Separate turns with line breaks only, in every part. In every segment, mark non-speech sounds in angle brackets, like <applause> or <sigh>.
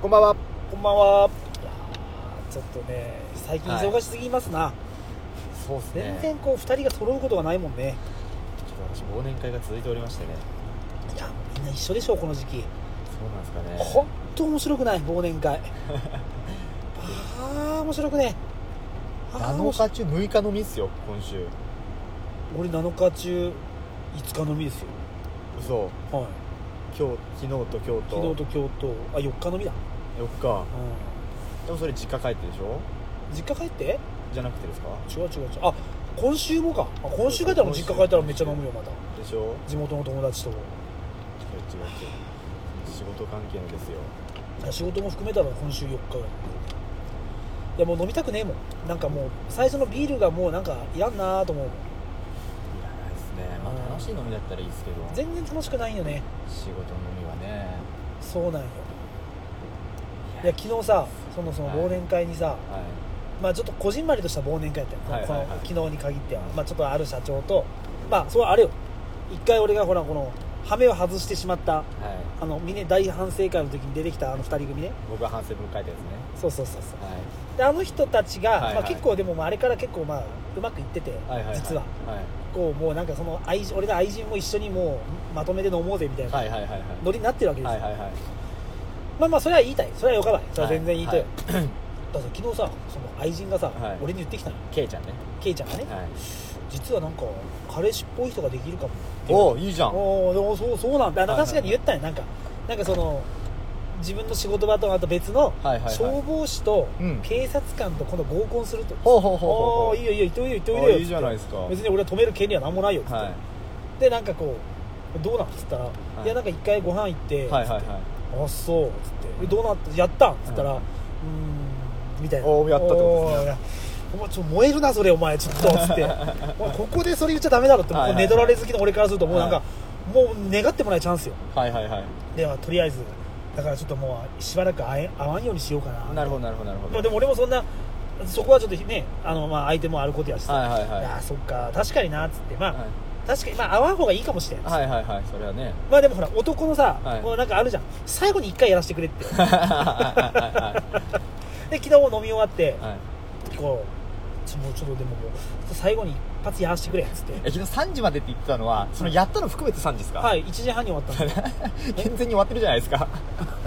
こんばんは。
こんばんは。いやーちょっとね、最近忙しすぎますな。
そうです
全然こう、二人が揃うことがないもんね。
ちょっと私忘年会が続いておりましてね。
いや、みんな一緒でしょう、この時期。
そうなんですかね。
ほんと面白くない、忘年
<laughs>
会。あー、面白くねえ。あー面白
7日中6日のみっすよ今週。
俺7日中、5日のみですよ。
嘘。
はい。
今日昨日と今日
昨日
と
と今日と、あ、4日のみだ。
4日。
う
でもそれ実家帰ってでしょ？
ん。実家帰って
じゃなくてですか？
違う違う違う。あ、今週もか。あ今週帰ったら実家帰ったらめっちゃ飲むよ、また。
でしょ？
地元の友達と。
違う違う違う。仕事関係のですよ。
仕事も含めたら今週4日いやもう飲みたくねえもんなんかもう最初のビールがもうなんかいらんなーと思うもん
いらないですね。まあ楽しい飲みだったらいいですけど。
全然楽しくないよね
仕事飲みはね。
そうなんよいや昨日さそのその忘年会にさ、
はい。
まあちょっとこじんまりとした忘年会やったよ、
はい
こ
はいはい
の昨日に限っては、まあ、ちょっとある社長とまあそれはあれよ一回俺がほらこのハメを外してしまった
はい。
あの峰大反省会の時に出てきたあの2人組ね
僕は反省文書いたやつね。
そうそうそうそう
はい。
であの人たちが、
いはい
まあ、結構でもまああれから結構まあうまくいってて、
はいはいはい、
実は
はい
こうもうなんかその愛人俺の愛人も一緒にもうまとめて飲もうぜみたいな
はいはいはいはい
ノリになってるわけですよ、
はいはいはい
まあまあそれは言いたいそれはよかばいそれは全然言いたい、
は
<laughs> だから昨日さその愛人がさ、
はい
俺に言ってきたの
ケイちゃんね
ケイちゃんがね、
はい
実はなんか彼氏っぽい人ができるかもっていう
おいいじゃんは
おーでもそうそうなんだあ
はいはい
確かに言ったねなんかなんかその自分の仕事場とあと別の
いはいはい
消防士と
うん
警察官と今度合コンすると、
ほうほうほう
お
ほう
おーいいよいいよ行っておいでよ行っておい
あ
でよ
いいじゃないですか
別に俺は止める権利は何もないよっつって、
は
でなんかこうどうなんっつったら、
い
い、やなんか一回ご飯行って、
いはいはい
つって
は
あそうっつってえどうなったやったんっつったら、
はいう
ーんみたいな
おーやったってことです
おーいやお前ちょっと燃えるなそれお前ちょっとっつって
<laughs>
お前ここでそれ言っちゃダメだろってもう
はいはいはい
ねどられ好きの俺からするともうなんか、
は
もう願ってもないチャンスよ
いはいはいは
ではとりあえずだからちょっともうしばらく会え会わんようにしようかない
なるほどなるほどなるほど
まあ、でも俺もそんなそこはちょっとねあのまあ相手もあることやしさ、
はいはいはい
いやーそっか確かになっつってまあ、
はい
確かにまあ会わん方がいいかもしれな
は
い
いはいはいそれはね
まあでもほら男のさ、
はい
もうなんかあるじゃん最後に1回やらせてく
<laughs>
れって
はいは
で昨日も飲み終わって
い、はい
こうちょもうちょっとでももう最後に一発やらせてくれっつって
え昨日3時までって言ってたのはそのやったの含めて3時ですか
はいい1時半に終わ
<laughs>
ったんで
健全に終わってるじゃないですか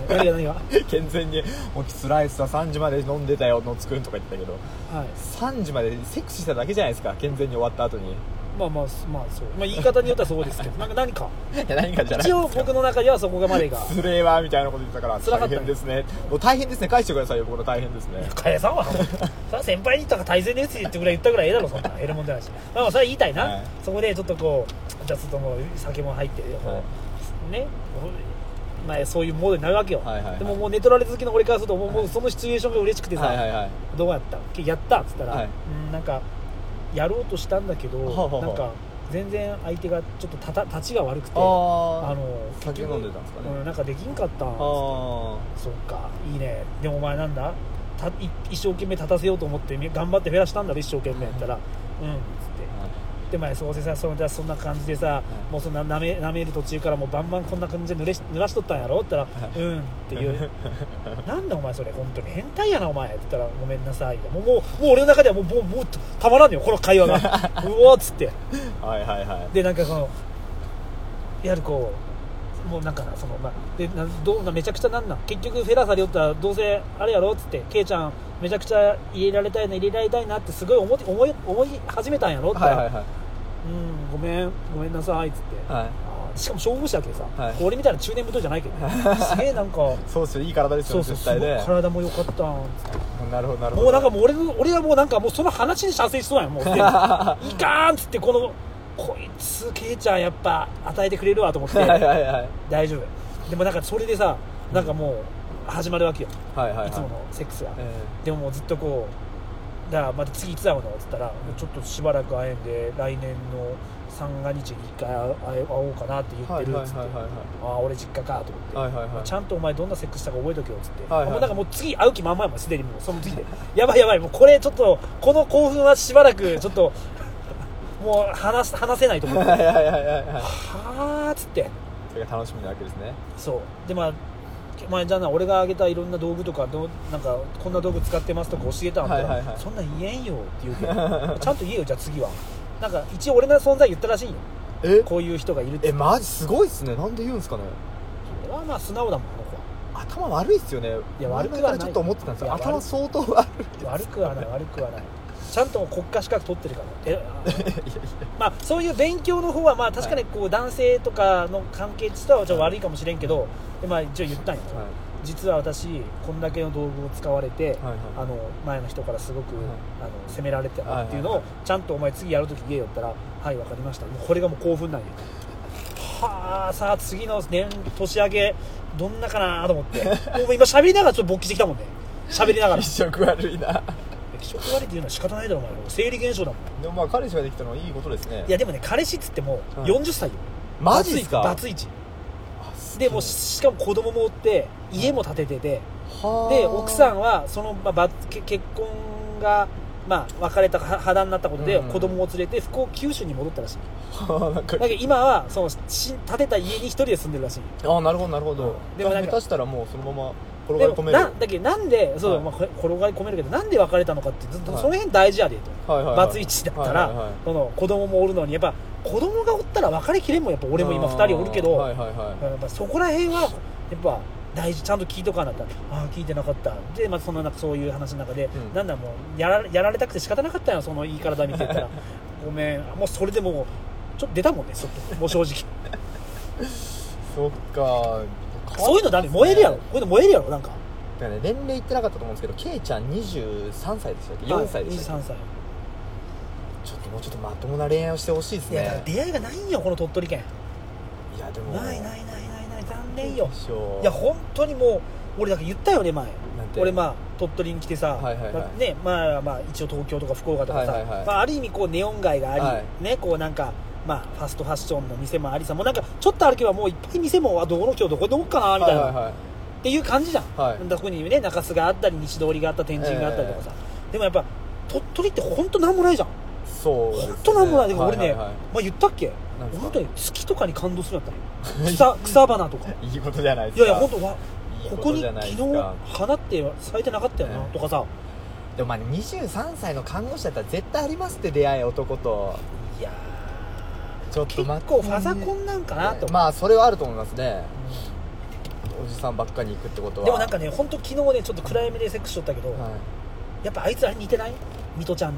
何が何が、
健全に「もうスライスは3時まで飲んでたよ」のつくんとか言ってたけど
はい、
3時までセックスしただけじゃないですか健全に終わった後にい
まあまあまあそう、まあ、言い方によってはそうですけどなんか何か
や何かじゃない
一応僕の中ではそこがまでが
失礼はみたいなこと言ってたから
辛か
大
った
変ですねもう大変ですね返してくださいよこの大変ですね
加谷さ
<laughs>
んはそれは先輩に言ったから大勢ですってぐらい言ったぐらいええだろそ
<laughs>
んな減るもんじゃないしまあまあそれは言いたいな、
はい
そこでちょっとこうじゃあちょっともう酒も入ってこう
は
ねまあ、そういうモードになるわけよ、
はいはいはい
でももう寝取られ続きの俺からするともうもうそのシチュエーションが嬉しくてさ、
はいはいはい
どうやったけやったっつったら、
はい
うんなんかやろうとしたんだけど
はあはあ
なんか全然相手がちょっとたた立ちが悪く
あ
てあ
あの
の
酒
結局
飲んでたんですかね
うん、なんかできんかったん
あ
そっかいいねでもお前なんだたい一生懸命立たせようと思ってみ頑張って減らしたんだろ一生懸命やったらうんっつってで前そうせさそんなそんな感じでさ、
い
もうそんななめなめる途中からもうバンバンこんな感じで濡れし濡らしとったんやろって言ったら、うんっていうなんだお前それ本当に変態やなお前って言ったらごめんなさいもうもうもう俺の中ではもうもうもうたまらんのよこの会話がうわっつって
はいはいはいはい
でなんかそのいわゆるこうもうなんかその、まあ、でなどうなめちゃくちゃなんなん結局フェラーされよったらどうせあれやろっつってケイちゃんめちゃくちゃ入れられたいな入れられたいなってすごい思って思い思い始めたんやろって、
はいはいは
うんごめんごめんなさいっつって、
いはい
あーしかも消防士だけどさ、
はい
俺みたいな中年太いじゃないけ
<laughs>
どすげえなんか
そうっすよいい体です
そ
よ
うそう
絶
すごい
対で
体も良かったんっつって
なるほどなるほど
もうなんかもう俺の俺はもうなんかもうその話に射精しそうやんもういかーんっつってこのこいつケイちゃんやっぱ与えてくれるわと思っ
<laughs>
て
はいはいはい
大丈夫でもなんかそれでさなんかもう始まるわけよ
はいはいはい
いつものセックスが、
え
でももうずっとこうだからまた次いつ会うのっつったらもうちょっとしばらく会えんで来年の三が日に一回会え会おうかなって言
ーは
っ
いはい
てるっ
はい
つって、
はい
ああ俺実家かと思って、
はいはいはい
ちゃんとお前どんなセックスしたか覚えとけよっつって、
はいはい
もうなんかもう次会う気満々やもんすでにもうその次でやばいやばいもうこれちょっとこの興奮はしばらくちょっともう話す話せないと思って
はいはいはいはいはい
はあっつって
それが楽しみなわけですね
そうでまあお前じゃあな俺があげたいろんな道具とかどうなんかこんな道具使ってますとか教えたんだ、
はいはいはい
そんなん言えんよって言うけどちゃんと言えよじゃあ次はなんか一応俺の存在言ったらしいよ
え
こういう人がいるって
えマジすごいっすねなんで言うんですかね
それはまあ素直だもんあの子は
頭悪いっすよね
いや悪
前
くはない
々からちょっと思ってたんですよ
いや悪い
頭相当悪
悪くはない悪くはないちゃんと国家資格取ってるか
い
らえ
いやいや
まあそういう勉強の方はまあ確かにこう男性とかの関係としてはちょっと悪いかもしれんけどでまあ一応言ったんよ、
はい
実は私こんだけの道具を使われて、
はい
あの前の人からすごく、
はい
あの責められて
はい
た
はい
っていうのをちゃんとお前次やるとき言えよったら「はいわかりました」もうこれがもう興奮なんやはあさあ次の年年明けどんなかなと思っ
<laughs>
てもう今喋りながらちょっと勃起してきたもんね喋りなが
<laughs>
ら
一色悪いな
気色悪いって言うのは仕方ないだろお前生理現象だもん
でもまあ彼氏ができたのはいいことですね
いやでもね彼氏っつっても
はい
40歳よ、
マジっすか
バツイチ
あすげえ
でもうししかも子供もおって家も建ててて、
はあ
で奥さんはその、まあ、ばけ結婚が、まあ、別れたは破談になったことで
うん
子供を連れて福岡九州に戻ったらしい
はあなんか
だけど今はその新建てた家に一人で住んでるらしい
ああなるほどなるほどで
でも
も
なんか
下手したらもうそのまま転
で
がり込
も
める
なだけどなんでそう、
はい
まあ、こ転がり込めるけどなんで別れたのかってずっと
はい
その辺大事やでと、
はいはいはい
バツイチだった
は
ら、
いはいはい
その子供もおるのにやっぱ子供がおったら別れきれんもんやっぱ俺も今
あ
2
ー
人おるけど、
はいはいはい
やっぱそこら辺はやっぱ大事ちゃんと聞いとかなったああ聞いてなかったで、まあ、そのなんかそういう話の中で、
うん
なんだもうやらやられたくて仕方なかったよそのいい体見てたらごめんもうそれでもうちょっと出たもんねちょっともう正直
そっか
そういうのだね燃えるやろこういうの燃えるやろなんか
だからね年齢いってなかったと思うんですけどケイちゃん23歳でしたっけ4歳でしたっ
23歳、
けちょっともうちょっとまともな恋愛をしてほしいです
い
ね
やだから出会いがないんよこの鳥取県
いやでも
ないないいないないない残念よ
しょ
いや本当にもう俺だけ言ったよね前
なんて
俺まあ鳥取に来てさ、
はいはいはい
まあねまあまあ一応東京とか福岡とかさ、
はいはいはい
まあ、ある意味こうネオン街があり、
は
ねこうなんかまあファストファッションの店もありさもうなんかちょっと歩けばもういっぱい店もあどこの今日どこでおっかなみたいな、
はいはいはい
っていう感じじゃん、
はい
だこにね中洲があったり西通りがあった天神があったりとかさ、でもやっぱ鳥取って本当なんもないじゃん
そうですね
本当なんもないで俺ね、
はいはいは
まあ言ったっけ
なんですか
本当に月とかに感動するんやったの
<laughs>
草草花とか
いいいことじゃないで
い
す
やい
か
や本当わ
いいこ
こことに
じゃな
昨
いで
日
すか
花って咲いてなかったよな
ね
とかさ
でもまあ23歳の看護師だったら絶対ありますって出会い男と
いや
ちょっ
ー
と
結
待って
構ファザコンなんかなと思
まあそれはあると思いますねおじさんばっかに行くってこと
う
は
でもなんかね本当昨日ねちょっと暗い目でセックスしとったけど
は
やっぱあいつあれ似てないミトちゃんに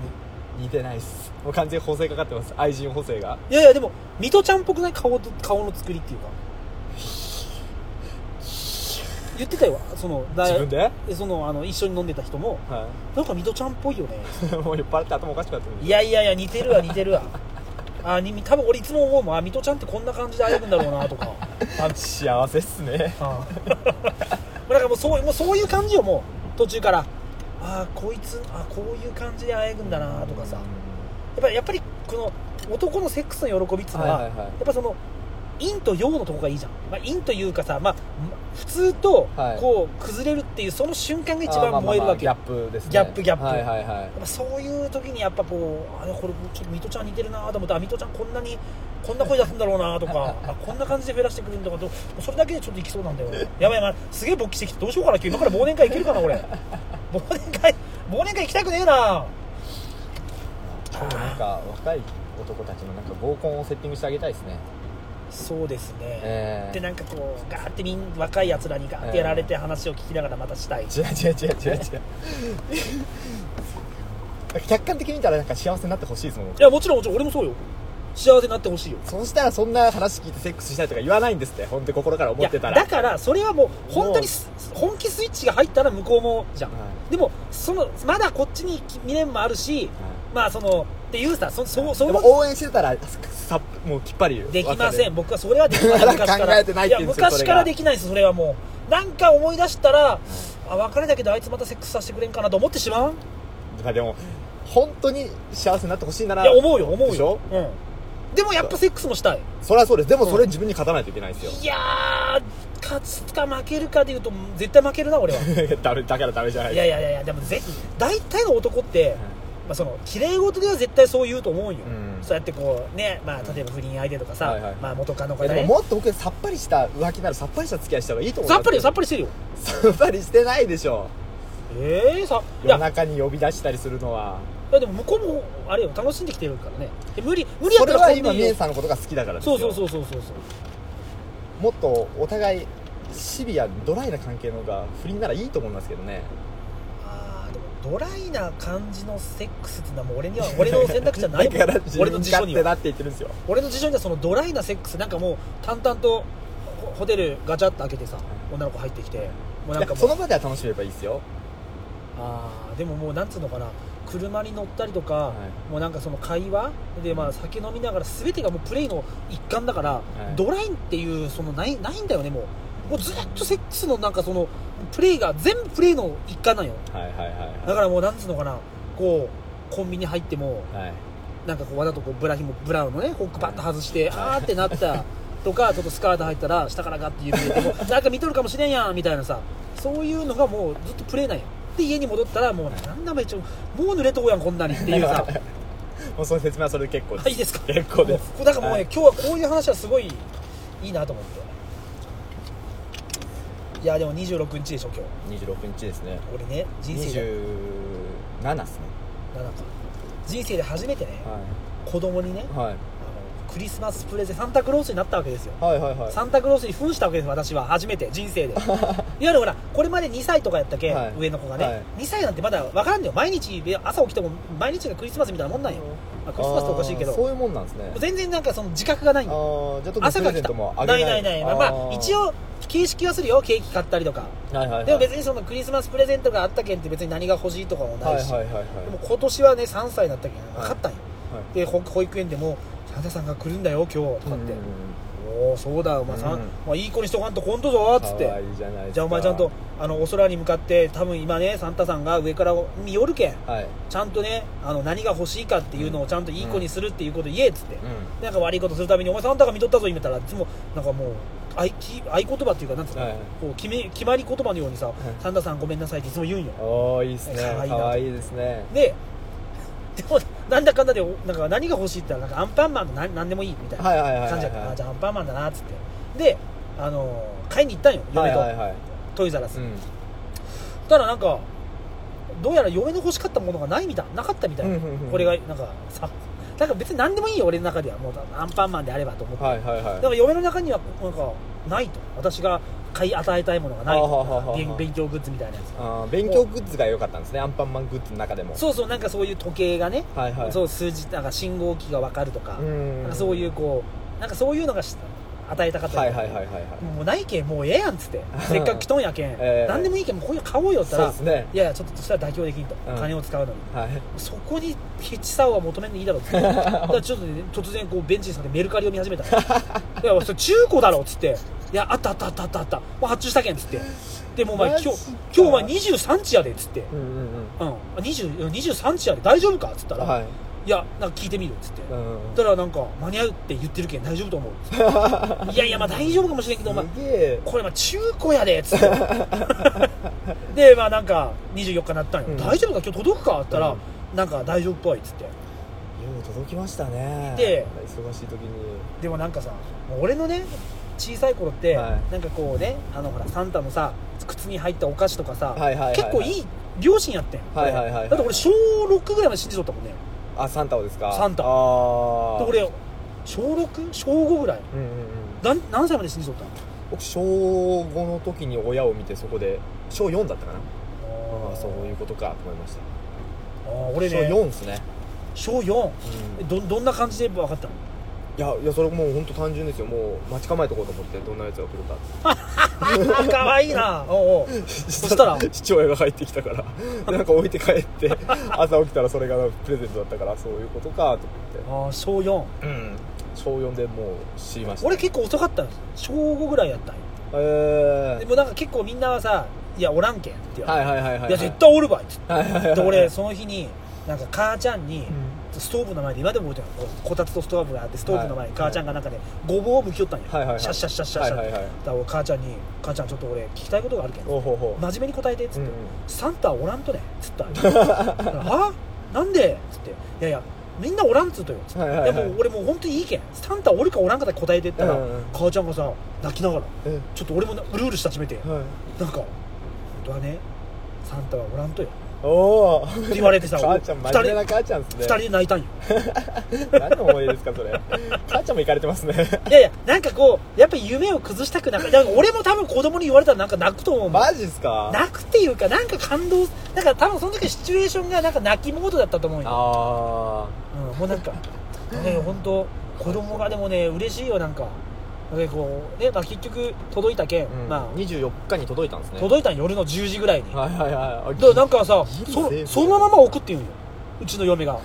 い、似てないっすもう完全に補正かかってます愛人補正が
いやいやでもミトちゃんっぽくない顔と顔の作りっていうか言ってたよそのだ
自分で、
えそのあの一緒に飲んでた人も
は
なんかミトちゃんっぽいよね
い、 <laughs> もう酔っ払って頭おかしくなってる
いやいやいや似てるわ似てるわあに多分俺いつも思うもんあミトちゃんってこんな感じで歩くんだろうなとかあ
幸せっすね
あ <laughs> あだからもうそうもうそういう感じよもう途中からああこいつあこういう感じであえぐんだなとかさやっぱりやっぱりこの男のセックスの喜びっつうのは,、
はいはいはい
やっぱその陰と陽のとこがいいじゃん、まあ、陰というかさ、まあ、普通と
はい
こう崩れるっていうその瞬間が
一
一番燃えるわけよ、
ギャップですね
ギャップギャップ
はいはいはい
やっぱそういう時にやっぱこうあれこれちょっとミトちゃん似てるなと思ってあミトちゃんこんなにこんな声出すんだろうな
<laughs>
とかあこんな感じでフェラしてくるんだかとそれだけでちょっといきそうなんだよやばいやばいすげえ勃起してきてどうしようかな今日今から忘年会行けるか
<laughs>
な俺忘年会忘年会行きたくねえな
今日なんか若い男たちのなんか合コンをセッティングしてあげたいですね
そうですね、
ええ
でなんかこうガーってみん若いやつらにガーってやられて話を聞きながらまたしたい、
違う違う違う違う違う客観的に見たらなんか幸せになってほしいですもん
いやもちろんもちろん俺もそうよ幸せになってほしいよ
そうしたらそんな話聞いてセックスしたいとか言わないんですって本当に心から思ってたら
いやだからそれはもう本当にす本気スイッチが入ったら向こうもじゃん、
は
でもそのまだこっちに未練もあるし、まあそのっていうさそそそ
で
の
も応援してたらさもうきっぱり言う
できません
別
僕はそれはできませ
ま
ん
だ
昔から
考えてないって
や
言うんですよ
昔
それが
からできないですそれはもうなんか思い出したらあ別れだけどあいつまたセックスさせてくれんかなと思ってしまう
れでも本当に幸せになってほしいなら
いや思うよ思う
でし
よ
ょ、
うん、でもやっぱセックスもしたい
それはそうですでもそれ自分に勝たないといけないですよ、 <laughs>
いやー勝つか負けるかでいうと絶対負けるな俺は
だめだからダメじゃない
い
で
やいやいやいやでもぜ大体の男って、まあ、その綺麗事では絶対そう言うと思うんよ、
すかうん
そうやってこうねまあ例えば不倫相手とかさ、
はいはい
まあ元カノ
いや
が
でも
ね
もっと僕さっぱりした浮気ならさっぱりした付き合いした方がいいと思う
さっぱりさっ
ぱ
ぱりしてるよ
りさっぱりしてないでしょ
ええさい
夜
や
中に呼び出したりするのはい
やでも向こうもあれよ楽しんできてるからねで無理無理や
そ
った
れ
ら
は
こん
今
でいい
みえ
よ
さんのことが好きだからです
そ
よ
うそうそうそうそうそう
もっとお互いシビアドライな関係の方が不倫ならいいと思いますけどね
あーでもドライな感じのセックスっていうのはもう
<laughs>
俺には俺の選択肢じゃないもん
だから自
俺
分
の辞書
勝
に
手
は
だって言ってるんですよ
俺の辞書にはそのドライなセックスなんかもう淡々とホホテルガチャッと開けてさ女の子入ってきてもう
い
なん
や
かも
そうの場では楽しめばいいですよ
あーでももうなんつうのかな車に乗ったりとか、
は
もうなんかその会話でまあ酒飲みながら全てがもうプレイの一環だから、
い
ドラインっていうそのないないんだよねもうもうずっとセックスのなんかそのプレイが全部プレイの一環なんよ
はいはいはい
だからもうなんつうのかなこうコンビニ入っても
らはい
なんかこうわざとこうブラヒもブラウンのねホックパッと外して、
はい
あーってなったとかちょっとスカート入ったら下からガッて指入れてもなんか見とるかもしれんやんみたいなさそういうのがもうずっとプレイなんよで家に戻ったらもうなんだめちゃもう濡れとうやんこんなにっていう
<laughs>
さ
もうその説明はそれで結構です
あいいですか
結構です
もうだからもうね、
はい
今日はこういう話はすごいいいなと思っていやでも26日でしょ今日
26日ですね
俺ね人生で
27ですね
なんか人生で初めてね
は
子供にね
い、はい、
あのクリスマスプレゼンサンタクロースになったわけですよ
はいはいはい
サンタクロースに扮したわけです私は初めて人
<laughs>
生でいわゆるほらこれまで2歳とかやったけ、
はい
上の子がね、
はい
2歳なんてまだ分からんのよ毎日朝起きても毎日がクリスマスみたいなもんなんよ、まあクリスマスっておかしいけ
あーそ
ど
ういうもんなんですね
全然なんかその自覚がないん
あ
よ
ーじゃあ特に
朝
プレ
が
ゼ
来
ン
た
トもあげ
な
ない
いないないまあ、まあ、一
応
応形式はするよケーキ買ったりとか
はいはいはい
でも別にそのクリスマスプレゼントがあったけんって別に何が欲しいとかも
はい
な
はいい
し、
はいはい
でも今年はね3歳だったけん分かったんよ、
はい
で保保育園でも「サンタさんが来るんだよ今日」とかって
うん
「おおそうだお前さん、
うん
まあ、いい子にしとかんとこんとぞ」っつっ
可
て
愛いじゃないですか
じゃあお前ちゃんとあのお空に向かって多分今ねサンタさんが上から見よるけん
はい
ちゃんとねあの何が欲しいかっていうのをちゃんといい子にするっていうこと言えっつって、
う
なんか悪いことするために「お前さんあんたが見とったぞ」今たらいつもなんかもう合いき合言葉っていうかなんつうの、
はいはい
こう決め決まり言葉のようにさ「サンタさんごめんなさい」っていつも言うんよ
んおーいいですね
可愛いな
可愛いですね
ででもなんだかんだでおなんか何が欲しいって言ったらなんかアンパンマンの何何でもいいみたいな
はいはいはいはい
感じだったからあじゃあアンパンマンだなっつってであのー買いに行ったんよ
は
嫁
い
と、
はいはい
トイザらス、
うん
たらなんかどうやら嫁の欲しかったものがないみたいなかったみたいな、
うんうんうん
これがなんかさなんか別に何でもいいよ俺の中ではもうアンパンマンであればと思って、
はいはいはい
だから嫁の中にはなんかないと私が買い与えたいものがない
あははは
と
は
勉勉強グッズみたいなやつ
あー勉強グッズが良かったんですねアンパンマングッズの中でも
そうそうなんかそういう時計がね、
はいはい
そう数字なんか信号機が分かるとか,、
うん
なんかそういうこうなんかそういうのがし与えたかった
は
み
い
た
はいい
な
はいはいはい
もうないけんもうええやんっつってせっかく来とんやけん、
ええ
何でもいいけんもうこういうの買おうよって
そうで
言った
す
ら、
ね
いやいやちょっとそしたら妥協できんと、
うん
金を使うのに
はい
そこにケチさは求めんでいいだろ
<laughs>
うっつってだからちょっと、ね、突然こうベンチに座ってメルカリを見始めたいやそれ中古だろっつっていやあったあったあったあったあったもう発注したけんっつってでもうお前
マ
今
ジ
日
か
今日は23日やでっつって
うんうんうん
うん、20 23日やで大丈夫かっつったら、
はい
いやなんか聞いてみるっつって、
う
だ
ん
からなんか間に合うって言ってるけん大丈夫と思うっつって
<laughs>
いやいやまあ大丈夫かもしれんけどお前
すげえ
これまあ中古やでっつって
<laughs>
でまあなんか24日になったんよ、
うん
大丈夫か今日届くかって言ったら、
うん
なんか大丈夫っぽいっつって
よう届きましたね
で
忙しい時に
でもなんかさもう俺のね小さい頃って、
は
なんかこうねあのほらサンタのさ靴に入ったお菓子とかさ、
はいはいはいはい
結構いい両親やってん、
はいはいはいはい
だって俺小6ぐらいまで信じとったもんね
あサンタをですか
サンタ
ああ
で俺小 6? 小5ぐらい
うんうんうん
なん何歳まで信じとったの
僕小5の時に親を見てそこで小4だったかなああそういうことかと思いました
あー俺ね
小4ですね、
小 4,
うん
どどんな感じで分かったの
いやいやそれもう本当単純ですよもう待ち構えとこうと思ってどんなやつが来るか
<laughs>
って
あかわい
<laughs>
いなおうおう
そ
したら
父親が入ってきた
<laughs>
からでなんか置いて帰って朝起きたらそれがプレゼントだったからそういうことかと思
あー小4
って、うん、小4でもう知りました
俺結構遅かったんよ小5ぐらいやったんよ
えー
でもなんか結構みんなはさ「いやおらんけん」って言われ
はいはいはいはい
て
はい
「いや絶対おるばい」って
はいはいはいは
言っ
い
てで俺その日になんか母ちゃんに
うん
ストーブの前で今でも覚えてるこうこたつとストーブがあってストーブの前に母ちゃんがなんかねごぼうをむきよったんよシ
はいはいは
ャッ
い
シャッシャッシャッシャッ
はい
だ
はいはい
から俺母ちゃんに「母ちゃんちょっと俺聞きたいことがあるけん」
おほほ
真面目に答えてっつって、
うんうん
<laughs> サンタはおらんとねっつったらあなんでっつっていやいやみんなおらんっつうとよ、
はいはいはい
でも俺もう本当にいいけんサンタおるかおらんかで答えてったら、
うんうん
母ちゃんがさ泣きながら
え
ちょっと俺もなうるうるし始めて、
はい
なんか本当はねサンタはおらんとよ
おおって
言われてさ
<laughs> 母ちゃん
二
真
人
面目な母ちゃんです
二
ね
人で泣いたんよ
何の思い出ですかそれ母ちゃんも行かれてます
<laughs>
ね
いやいやなんかこうやっぱ夢を崩したくなくだから俺も多分子供に言われたらなんか泣くと思うもん
マジっすか
泣くっていうかなんか感動なんか多分その時シチュエーションがなんか泣きモードだったと思うよ、
あ
うん、もうなんかね本当子供がでもね嬉しいよなんかなんかこうね、まあ、結局届いたけん、
あ、うん
まあ、
24日に届いたんですね
届いたん夜の10時ぐらいに、
はいはいはい
だからなんかさ
ギリ
そ
セーフ
そのまま送って言うんようちの嫁が、
は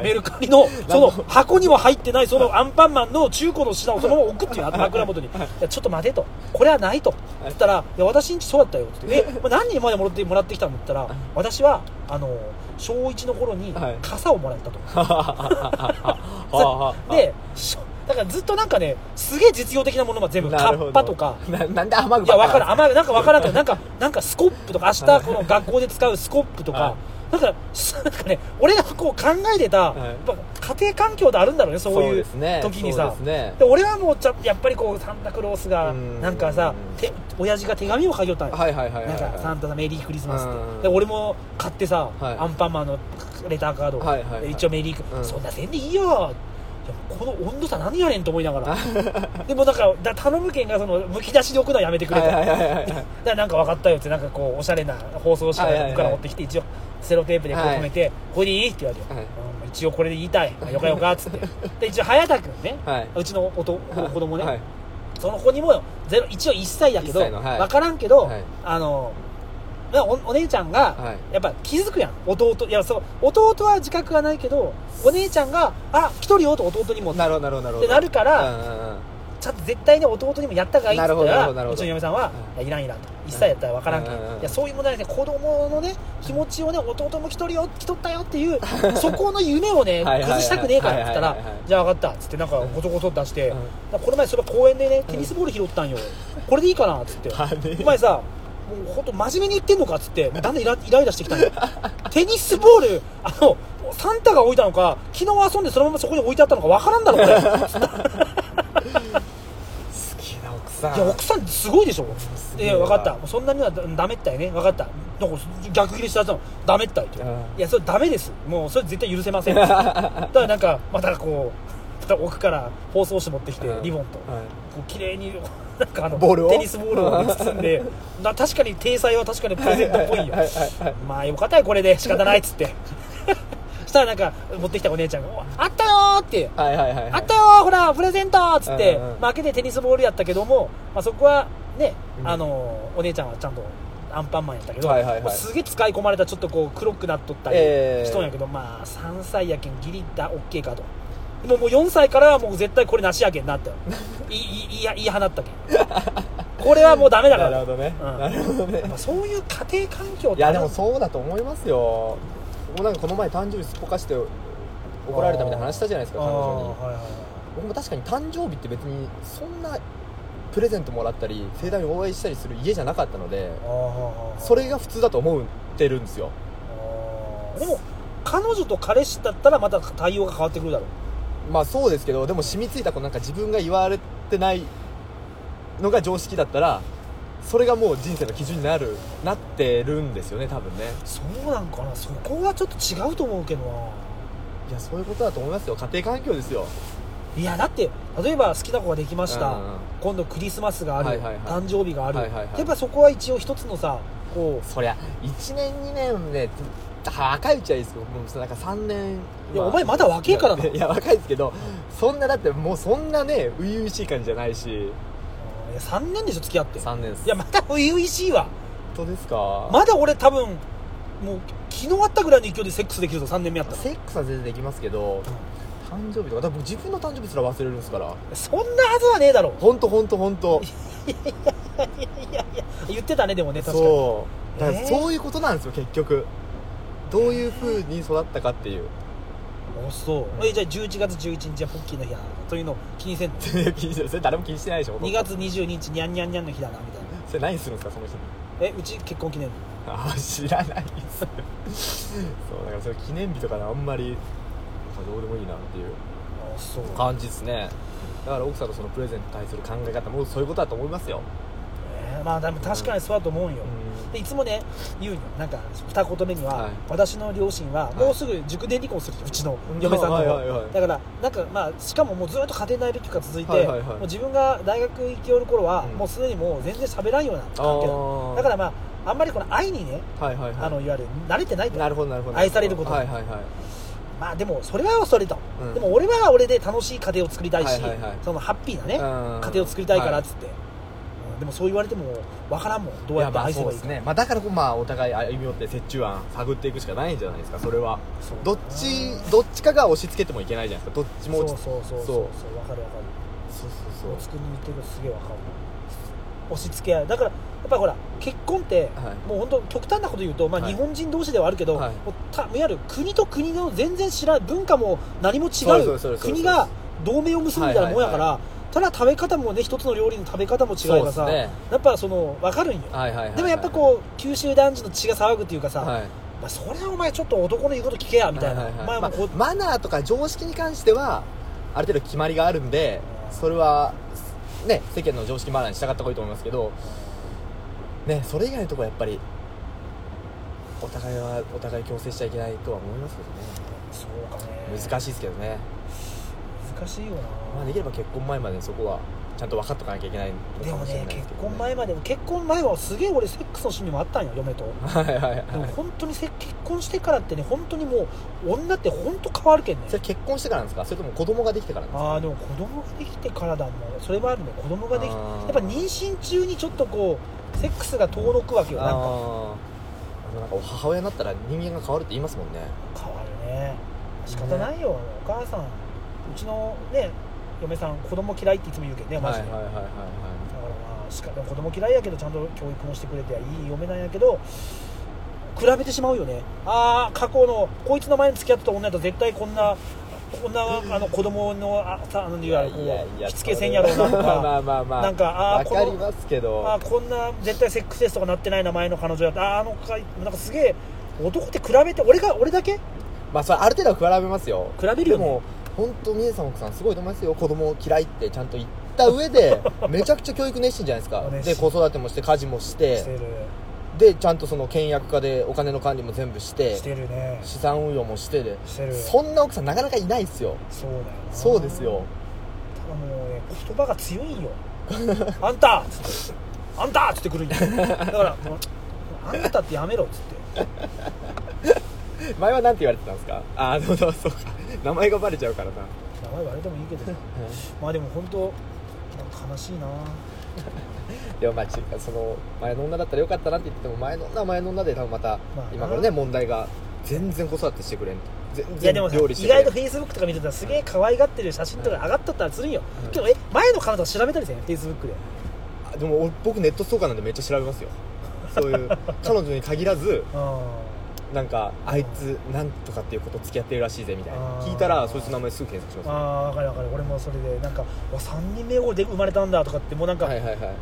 い
<laughs> メルカ
<laughs>
リのその箱には入ってないそのアンパンマンの中古の品をそのまま送って
<laughs>
言うの枕元に「いやちょっと待て」と「これはない」と言ったら「いや私んちそうだったよ」
<laughs>
って言って「え、まあ、何人前もらってもらってきたの?」って言ったら「私はあの小1の頃に
はい
傘をもらったと」
はははははは
でしょだからずっとなんかねすげえ実用的なものが全部カ
なるほ
ッ
ど
パとか
ななんで雨具
いや、わかる。
ら
あまり、なんかわからん
<laughs>
けど、なんか、なんかスコップとか、明日この学校で使うスコップと
は
か、なんか、すなんかね、俺がこう考えてた、やっ
い
ぱ家庭環境であるんだろうね、そういう
ですね
時にさ
そう。ですね
で俺はもうちゃやっぱりこうサンタクロースが
うん
なんかさて親父が手紙を書きよったんよ
はいはいはいはい
なんかサンタさんメリークリスマスっ
う
て
ん
で俺も買ってさ、
はい
アンパンマンのレターカードを、
はいはいはい
で一応メリーク、
うん
そんなせんでいいよいやこの温度差何やねんと思いながらでもだからだ頼むけんがそのむき出しで置くのはやめてくれ
は
と
いはい
だか
はいはいはい
らなんか分かったよってなんかこうおしゃれな包装紙
はいはいはい
からから持ってきて一応セロテープでこう
はい
留めて「これでいい?」って言われて、
はい
うん一応これで言いたいよかよか」っつ
<laughs>
ってで一応早田君ね、
はいう
ちのおと子供ね、
はい
その子にもゼロ一応1歳だけど、
一歳のはい
分からんけど、
はい
あのまあおお姉ちゃんが
はい
やっぱ気づくやん弟いやそう弟は自覚がないけどお姉ちゃんが「あ一人よ」と弟にも
なるほどなるほどなる
っ
ほ
て
ど
なるから、
うんうんうん
ちゃんと絶対に弟にもやった方がいいって言った
なるほどな
ら
るほどなるほ
う
ど
ちの嫁さんは「いやいらんいらん」と「1歳やったら分からんけ、
うんうんうん
ん、いやそういう問題ですね子供のね気持ちをね弟も一人よ来とったよっ
<laughs>
ていうそこの夢をね
はいはいはい
崩したくねえからって言ったら
はいはいはいはい
「じゃあ分かった」っつってなんかごそごそ出して、
うん
だからこの前それ公園でねテニスボール拾ったんよ、これでいいかなっつって
あれ
お前さもう本当真面目に言ってんのかっ
<laughs>
つってもうだんだんイライライラしてきたんよテニスボールあのサンタが置いたのか昨日遊んでそのままそこに置いてあったのか分からんだろこ
<laughs>
れ
好きな奥さん
いや奥さんすごいでしょ
すげえ
で
わ
分かったもうそんなにはだダメったいね分かったなんか逆ギレしてやったのダメったいって
うん
いやそれダメですもうそれ絶対許せ
<laughs>
ませんだからなんかまたこうまた奥から包装紙持ってきて
うん
リボンと、
はい
こう綺麗に <laughs> なんかあの
ボールを
テニスボールをね包んでな確かに体裁は確かにプレゼントっぽいよ
はいはいはい
まあよかったよこれで仕方ないっつって <laughs> したらなんか持ってきたお姉ちゃんがお「あったよ!」って
はいはいはいはい
あったよーほらプレゼントーっつって、
うんうん
まあ、開けてテニスボールやったけども、まあ、そこはね、
うん
あのーお姉ちゃんはちゃんとアンパンマンやったけど、
はいはいはい
もうすげえ使い込まれたちょっとこう黒くなっとったり
ええ
しとんやけど、まあ3歳やけんギリだオッケーかとでももう4歳からはもう絶対これなしやけんなって
<laughs>
いいいいや言い放ったけんこれはもうダメだ
な
から
るほどね
うん
なるほどね
やっぱそういう家庭環境っ
い
て
やでもそうだと思いますよもうなんかこの前誕生日すっぽかして怒られたみたいな話したじゃないですか
あー
彼女に
はいはいはい
僕も確かに誕生日って別にそんなプレゼントもらったり盛大にお会いしたりする家じゃなかったので
あーはいはい
それが普通だと思ってるんですよ
あーでも彼女と彼氏だったらまた対応が変わってくるだろう
まあそうですけどでも染みついたこのなんか自分が言われてないのが常識だったらそれがもう人生の基準になるなってるんですよね多分ね
そうなんかなそこはちょっと違うと思うけどない
やそういうことだと思いますよ家庭環境ですよ
いやだって例えば好きな子ができました、
うんうん
今度クリスマスがある、
はいはいはい
誕生日がある、
はいはいはい
やっぱそこは一応一つのさこう
そりゃ1年2年ね若いうちはいいですけどもうなんか3年
いやお前まだ若えからない
やいや若いですけどそんなだってもうそんなね初々しい感じじゃないし
いや3年でしょ付き合ってい
3年です
やまた初々しいわ
本当ですか、
まだ俺多分もう昨日あったぐらいの勢いでセックスできるぞ3年目やったら
セックスは全然できますけど誕生日とかだから僕自分の誕生日すら忘れるんですから
そんなはずはねえだ
<laughs>
ろ
本当本当本当
言ってたねでもね確かに
そうだからそういうことなんですよ結局どういう風に育ったかっていう <laughs>
おそうえじゃあ11月11日はポッキーの日だなというのを気にせんの
気にしてそれ誰も気にしてないでしょ
2月22日にゃんにゃんにゃんの日だなみたいな
それ何するんですかその人
えうち結婚記念日
あー知らないですそうだからそれ記念日とかねあんまりまあどうでもいいなっていう
あそう
感じですねだから奥さんのそのプレゼントに対する考え方もそういうことだと思いますよ、
えーまあでも確かにそうだと思うよ、
うん
でいつもね言うのよなんか二言目には、
はい
私の両親はもうすぐ熟年離婚するようちの嫁さんの
は
方
いはいはい
だからなんかまあしかももうずっと家庭内別居が続いて、
はいはいはい
もう自分が大学行きおる頃は、
うん
もうすでにもう全然喋らんような関係
あ
なの
ー
だからまああんまりこの愛にね
はいはいはい
あのいわゆる慣れてないと
なるほどなるほど
愛されること
はいはいはい
まあでもそれはそれと、
うん
でも俺は俺で楽しい家庭を作りたいし、
はいはいはい
そのハッピーなね、
うん
家庭を作りたいからっつって、うんでもそう言われても分からんもんどうやって
まあ
愛せ
そう
ばい
で
い
す
か
ね、まあ、だからこうまあお互い歩み寄って折衷案探っていくしかないんじゃないですかそれは
そう
どっちどっちかが押し付けてもいけないじゃないですかどっちも
そう
落
そう
ち
そうそう
そう
そう分かる分かる
そう
お作りに言ってることすげえ分かる押し付け合いだからやっぱりほら結婚って、
はい
もう本当極端なこと言うと、まあ、
はい
日本人同士ではあるけど、
はい
もうたいわゆる国と国の全然知らない文化も何も違
そうですそうですそう
う
です
国が同盟を結ぶみたいなもんやから、
はいは
ただ食べ方もね一つの料理の食べ方も違うから
そ
さ、
うですね
やっぱその分かるんよ、
はいはいはいはい
でもやっぱこう九州男児の血が騒ぐっていうかさ、
はい
まあ、それはお前ちょっと男の言うこと聞けやみたいな、
ははは
前もこう、
まあマナーとか常識に関してはある程度決まりがあるんでそれはね世間の常識マナーに従った方がいいと思いますけどねそれ以外のところはやっぱりお互いはお互い強制しちゃいけないとは思いますけ
そうか
ど
ね
ね難しいですけどね、
難しいよな、
まあ、できれば結婚前までにそこはちゃんと分かっとかなきゃいけないの
で
か
も
もしれな
ね
いです
結
けど
婚前までも結婚前はすげえ俺セックスの趣味もあったんよ嫁と
はいはいはい
でも本当にせ結婚してからってね本当にもう女って本当変わるけんね
それ結婚してからなんですかそれとも子供ができてからなんですか
ああでも子供ができてからだもんそれはあるね子供ができ
あ
や
ー
っぱ妊娠中にちょっとこうセックスが遠のくわけよなんか
あーでもなんかお母親になったら人間が変わるって言いますもんね
変わるね仕方ないよ、お母さんうちのね嫁さん子供嫌いっていつも言うけどねマジで、
はいはいはいはい
だからまあしかでも子供嫌いやけどちゃんと教育もしてくれていい嫁なんやけど比べてしまうよねああ過去のこいつの前に付き合ってた女だと絶対こんなこんなあの子供のあさなんていうやろこうしつけせんやろうなと
ま
か <laughs>
あまあまあ
なんかああ
わかりますけど
あーこんな絶対セックスレスとかなってない名前の彼女やったあーあのかなんかすげえ男って比べて俺が俺だけ比
まあそれある程度は比べますよ
べる
で
よ、ね、
も本当みえさん奥さんすごいと思いますよ子供嫌いってちゃんと言った上で
<laughs>
めちゃくちゃ教育熱心じゃないですか
熱
で
心
子育てもして家事もし
して
て
る
でちゃんとその倹約家でお金の管理も全部して
してるね
資産運用もしてで
してる
そんな奥さんなかなかいないですよ
そうだよな
そうですよ
ただもうね言葉が強いんよ <laughs> あんたっつってあんたっつってくるんよだからもうあんたってやめろっつって
前は何て言われてたんですかああそうそうそうか名前がバレちゃうからな
<laughs> 名前言われてもいいけどさまあでも本当なんか悲しいな
でもまあちその前の女だったらよかったなって言っても前の女は前の女で多分また
まあな
今からね問題が全然子育てしてくれんと全
いや
然
でもさ
料理して
意
くれ
外
ん
とフェイスブックとか見てたらすげえ可愛がってる写真とか上がっとったらするんよ、
うん
けどえ前の彼女は調べたりせんフェイスブックで
あでも俺僕ネットストーカーなんでめっちゃ調べますよそう
<laughs>
いう彼女に限らず
あ
なんかあいつなんとかっていうこと付き合ってるらしいぜみたいな
あー
聞いたらそいつの名前すぐ検索し
ー
ま
あー分かる分かる俺もそれでなんか3人目俺で生まれたんだとかってもうなん
す
か、
はいはいはい
は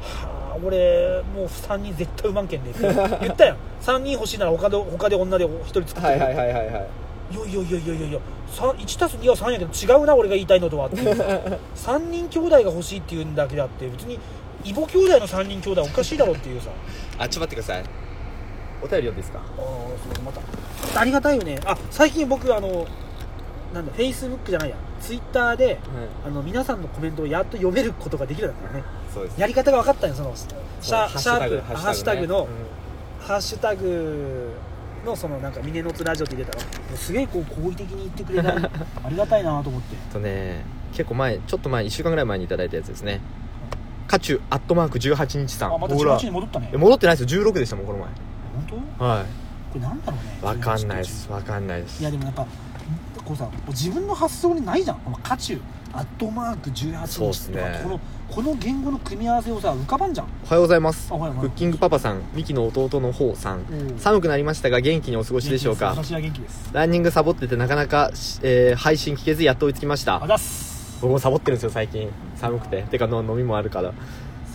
あ俺もう3人絶対うまんけんねって <laughs> 言ったやん3人欲しいなら他で他で女で1人作って
はいはい
い
はいはいはい
やいやいやいやいやいや1たす2は3やけど違うな俺が言いたいのとはっていう3 <laughs> 人兄弟が欲しいっていうんだけであって別に異母兄弟の3人兄弟おかしいだろっていうさ
あちょっと待ってくださいお便り読んでいいですか
ああそうまたありがたいよねあ最近僕あのなんだフェイスブックじゃないやツイッターであの皆さんのコメントをやっと読めることができるようになったよね
そうです
やり方が分かったんよそのシャシャープハッシュタグの、
ね
ハッシュタグのそのなんか峰の津ラジオって入れたらもうすげえこう好意的に言ってくれた
<laughs>
ありがたいなと思って
えっとね結構前ちょっと前1週間ぐらい前にいただいたやつですね渦中アットマーク18日さん
あまた
ほら
18に戻ったね
いや戻ってないですよ16でしたもんこの前
本当こ
は
れなんだろうね
いわかんないで
18
すわかんないです
いやでもやっぱこうさ自分の発想にないじゃんこの「渦中」「アットマーク
そう
18
っ
日」
す
とか、
ね
このこの言語の組み合わせをさ浮かばんじゃん
おはようございます
あ
ク
おはようござ
ッ
います
キングパパさんミキの弟の方さん
うん
寒くなりましたが元気にお過ごしでしょうか
私は元気です
ランニングサボっててなかなか、えー配信聞けずやっと追いつきまし
あ
た
ざっす
僕もサボってるんですよ最近寒くててかの飲みもあるから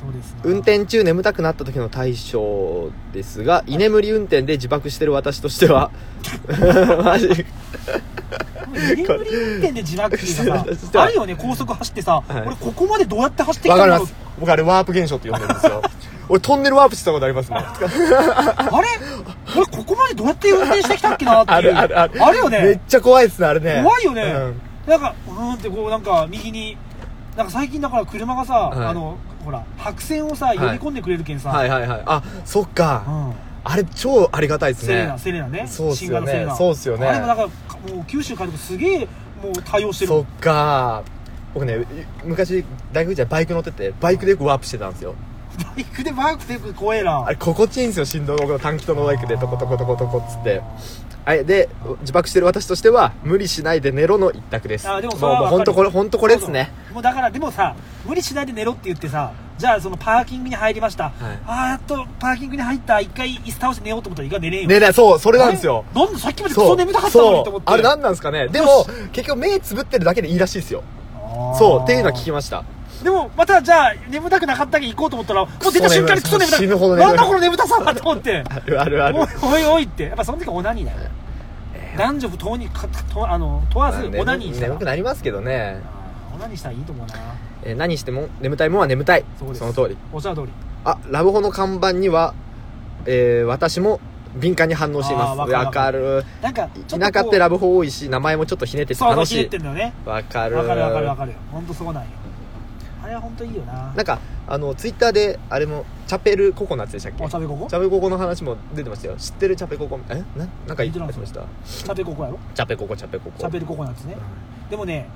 そうですな
運転中眠たくなった時の対処です <laughs> が居眠り運転で自爆してる私としてはマジ
2年ぶり運転で自爆っていう
<laughs>
かさあるよね高速走ってさ、
はい
俺ここまでどうやって走ってき
わ
た
かりま
んだろう
す僕あれワープ現象って呼んでるんですよ <laughs> 俺トンネルワープしてたことありますもん
あれ俺ここまでどうやって運転してきたっけなっていう
あるあるある
よね
めっちゃ怖いですねあれね
怖いよね、
うん
なんかうーんってこうなんか右になんか最近だから車がさ、
はい
あのほら白線をさ
い
呼び込んでくれるけんさ、
はいはいはいあそっ
う
か
ん
あれ超ありがたいです
セレ
ね
ナセレナね
そうっすよね
新型セレナ
そうっすよね
あれもなんかかもう九州からすげえもう対応してる
そっか僕ね昔大学時代バイク乗っててバイクでよくワープしてたんですよ
<laughs> バイクでバイクで怖えな
あれ心地いいんですよ振動の短気とのバイクでトコトコトコトコっつってあれで自爆してる私としては無理しないで寝ろの一択です
あでもそれは
もう
わか
本
る
当これ本当これですね
そうそうもうだからでもさ無理しないで寝ろって言ってさじゃあそのパーキングに入りました、
い
ああやっとパーキングに入った一回椅子倒して寝ようと思ったら意外寝れんよ
ねねそうそれなんですよ
あれなんでさっきまでク
そ
ソ
う
眠たかったのにと思
そ
っ
う
て
あれ何なんですかねでも結局目つぶってるだけでいいらしいですよそうっていうのは聞きました
でもまたじゃあ眠たくなかったけ行こうと思ったらもう出た瞬間にクソ眠た
死ぬほど眠
ないんだこの眠たさはと思って
あるあるある
おいおいおいってやっぱその時はオナニーだよ男女不当にかとあの問わず
眠
オナニーしたら
眠くなりますけどね、
あーオナニーしたらいいと思うな
えー何しても眠たいもんは眠たい
そうです
の通り
おっしゃる通り
あラブホの看板には、えー私も敏感に反応していま
あー
す
わかる
わかる
なんかちょっと
田舎ってラブホ多いし名前もちょっとひねってて
そうそう
楽
ひね
し
って
い
んだよね
わかる
わかるわかるわかる本当そうなんよあれは本当いいよな
なんかあのツイッターであれもチャペルココナッツでしたっけ
おしゃべここ
チャペココの話も出てましたよ知ってるチャペココえななんか言
聞い
ってて
な
ま
いです
した
しゃべここやろ
チャペココチャペココ
しゃべるここなんですね
う
でもね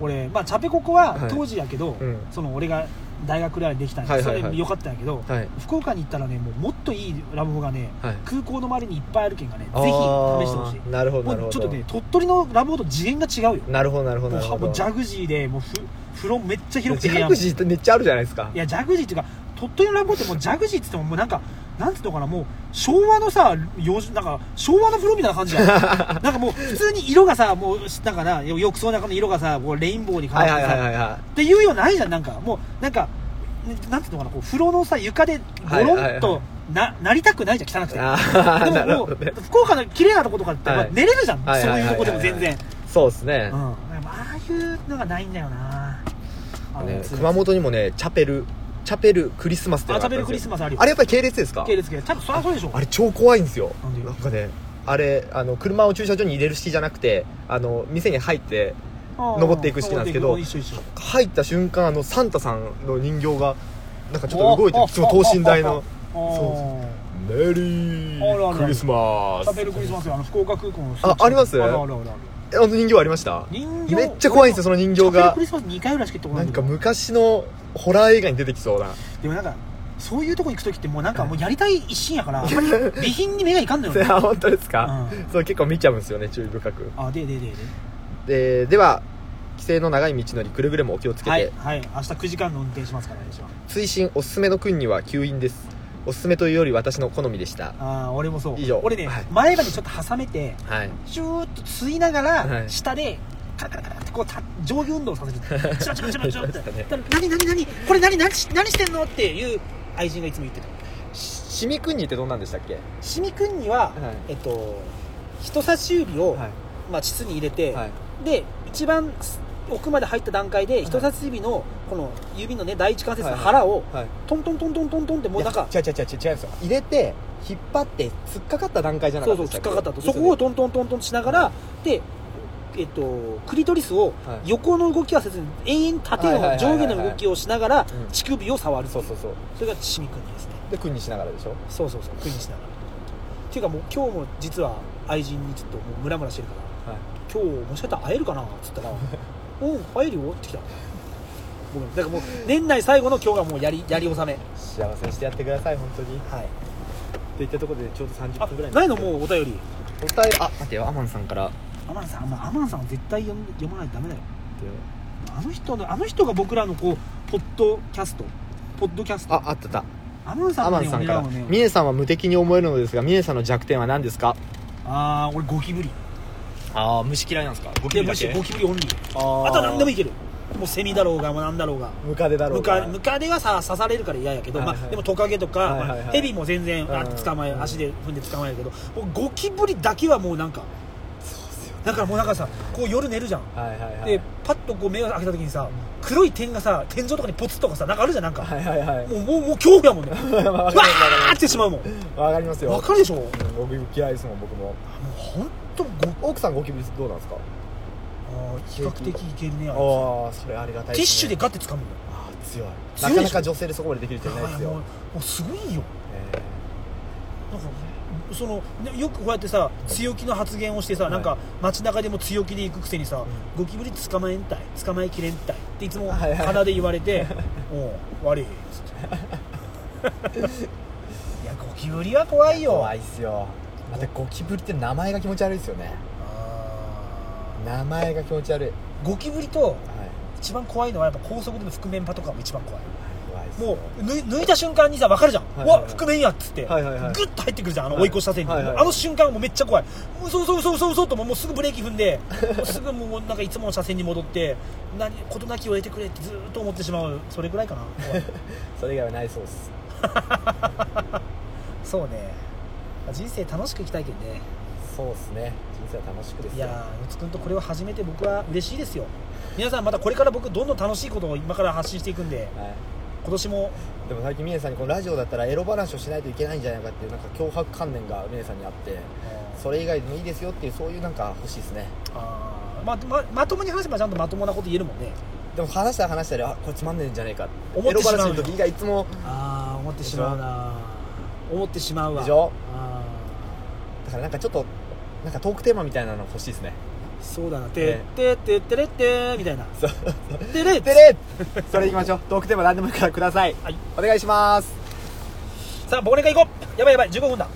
俺まあチャペココは
はい
当時やけど、
うん
その俺が大学でできたんで、
はいはいはい
それでよかったんやけど、
んはい
福岡に行ったらねもうもっといいラブホがね
はい
空港の周りにいっぱいあるけんがねぜひ
あ
試
ー
してほしい
なるほどなるほど
もうちょっとね鳥取のラブホと次元が違うよ
なるほどなるほど
もう
なる
は
ほ
も
ど
うジャグジーでもうフフロンめっちゃ広くて
ジ
ええや
ャ
ん
グジーってめっちゃあるじゃないですか
いやジャグジーっていうか鳥取のラブホってもうジャグジーって言ってももうなんかなんていうのかなもう昭和のさ洋なんか昭和の風呂みたいな感
<laughs>
じやんなんかもう普通に色がさもうなんかなよ浴槽の中の色がさこうレインボーに変わ
は
っ
い
て
はいはい
さ
はいは
っていうようないじゃんなんかもうなんかなんていうのかなこう風呂のさ床でゴロ
はいは
ン
いは
とななりたくないじゃん汚く
い
て
あーな
で
る
もも
ほど
う
ね
福岡の綺麗なとことかって、
はい
まあ寝れるじゃん、
はいはいはいはい
そういうとこでも全然、
そうですね
うん、ああいうのがないんだよなあの
ね
つ
熊本にもねチャペルチャペルクリスマスっての
あ
が
食
った
べ
ん
る
です
ク
よ
リスマスあるよ
あれやっぱり系列ですか
系列系多分そりゃそうでしょ
あれ超怖いんですよ
なんで
なんかねあれあの車を駐車場に入れる式じゃなくてあの店に入って
うん
登っていく式なんですけど
登っていく一緒一緒
入った瞬間あのサンタさんの人形がなんかちょっと動いてるその等身大のそ「
あ
メリ
あるあるあ
ー
る
クリスマス」
食べるクリスマスよあの福岡空港の
ああります
あるあるあるある
えあの人形ありました
人形
めっちゃ怖いんですよその人形
食べる
が
クリスマス2回ぐらいしか行ったこと
な
ない
ん
け
か
ど
昔のホラー映画に出てきそうな
でもなんかそういうとこ行く時ってもうなんかもうやりたい一心やからあ
<laughs>
んまり備品に目がいかんのよ
それ
ね
は <laughs> 本当ですか、
うん
そう結構見ちゃうんですよね注意深く
あでででで
ででは帰省の長い道のりくれぐれもお気をつけて、
はいはい明日9時間の運転しますから私は
追伸おすすめの君には吸引ですおすすめというより私の好みでした
ああ俺もそう
以上
俺ね
はい
前歯にちょっと挟めて
はい
シューッと吸いなが
はい
ら下でカラカラカラってこうた上下運動をさせる
<laughs>
チラチラチラチラって
そうでし
「何何何これ何何し何してんの?」っていう愛人がいつも言ってた
しシミ君にってどんなんでしたっけ
シミ君には、
はい
えっと人差し指を、
はい
まあ、膣に入れて、
はい
で一番奥まで入った段階で人差し指のこの指のね第一関節の腹を
はい
トントントントントントンってもうなんか
違う違う違う違う違うんですよ入れて引っ張って突っかかった段階じゃな
そ
か
う
った
そう
でし
突
たっけ
っかかったとそこをトントントントンしながらでえっとクリトリスを
はい
横の動きはせずに永遠縦の
はいはいはいは
上
い
下の動きをしながら
うん
乳首を触る
そうそうそう
それがシミ君ですね
で君にしながらでしょ
そうそうそう苦にしながらっていうかもう今日も実は愛人にちょっともうムラムラしてるから
はい
今日もしかしたら会えるかなっつったら <laughs> 「うん会えるよ」って来たごめんだからもう年内最後の今日がもうやりやり納め
幸せにしてやってください本当に
はい
っていったところでちょうど30
あ
分ぐらい
ないのもうお便り
お便りあ待ってよアマンさんから
アマンさんアマンさんは絶対読む読まないとダメだよあの人のあの人が僕らのこうポッドキャストポッドキャスト
ああったあった
アマンさ
ア
ん
マ
が
ン
ね
さん
俺
からら
をね
「ミネさんは無敵に思えるのですがミネさんの弱点は何ですか?
ああ俺ゴキブリ」
ああ虫嫌いなんですかゴ
いやむしろゴキブリオンリー
あ
あとは何でもい
い
けるもうセミだろうがもう何だろうが
ムカデだろ
ム
うが
カムカデはさ刺されるから嫌やけど、
はいはい
まあ、でもトカゲとか、
はいはいはい
まあヘビも全然、あ
うん
捕まえ
うん
足で踏んで捕まえるけどもうゴキブリだけはもうなんか
そうっすよね
だからもうなんかさこう夜寝るじゃん
はいはいはい
でパッとこう目を開けた時にさ黒い点がさ天井とかにポツッとかさなんかあるじゃんなんか、
はいはいはい
もうもうもう恐怖やもんね
<laughs> わ
わ
かります
ーってしまうもん
わかりますよ
わかるでしょもう
うん僕嫌いですもん僕も
ほんとご
奥さんゴキブリどうなんですか
あー比較的いけるねあい
あ
つ
あそれありがたい
ティッシュで
で
ガッて掴むの
あー強い
強
な
いでしょ
かなか女性でそこまでできる人いないです
もう
よ
もうすごいよ
え
なんかそのねよくこうやってさ強気の発言をしてさ、
はい
なんか街中でも強気で行くくせにさ、ゴキブリ捕まえんたい捕まえきれんたいっていつも
はいはい
鼻で言われて
<laughs>
「おう悪い」っつって
<laughs>
いやゴキブリは怖い
ー
よ
怖いっすよまたゴキブリって名前が気持ち悪いですよね
あ
名前が気持ち悪い、はい、
ーゴキブリと一番怖いのはやっぱ高速での覆面パとかも一番怖い
怖いっす
もうぬ抜いた瞬間にさ分かるじゃん、
はいはいはいう
わ覆面やっつって、
はいはいはい
グッと入ってくるじゃんあの
はい
追い越した線に、
はいはい
あの瞬間もうめっちゃ怖い嘘嘘嘘嘘嘘ともうもうすぐブレーキ踏んでもうすぐもうなんかいつもの車線に戻って何事なきを得てくれってずーっと思ってしまうそれぐらいかな怖い
それ以外はないそうです
そうね人生楽しく生きたいけどね
そうですね人生は楽しくです
い
よ
やーよつくんとこれを始めて僕は嬉しいですよ皆さんまたこれから僕どんどん楽しいことを今から発信していくんで
はい
今年も
でも最近峰さんにこのラジオだったらエロ話をしないといけないんじゃないかっていうなんか脅迫観念が峰さんにあってそれ以外でもいいですよっていうそういうなんか欲しいですね
あーまあままともに話せばちゃんとまともなこと言えるもんね
でも話したら話したらあこれつまんねえんじゃねえか
思ってしまう
エ
よ
ロ話の時以外いつも
ああ思ってしまうな思ってしまうわ
でしょ
あ
だからなんかちょっとなんかトークテーマみたいなの欲しい
<laughs>
ですね
ーそうだな「て
え
ってってってれって」みたいな
そう <laughs>
「てれ
で
って
れそれいきましょうトークテーマ何でもいいからください、
はい
お願いします」
さあ忘年会行こうやばいやばい15分だ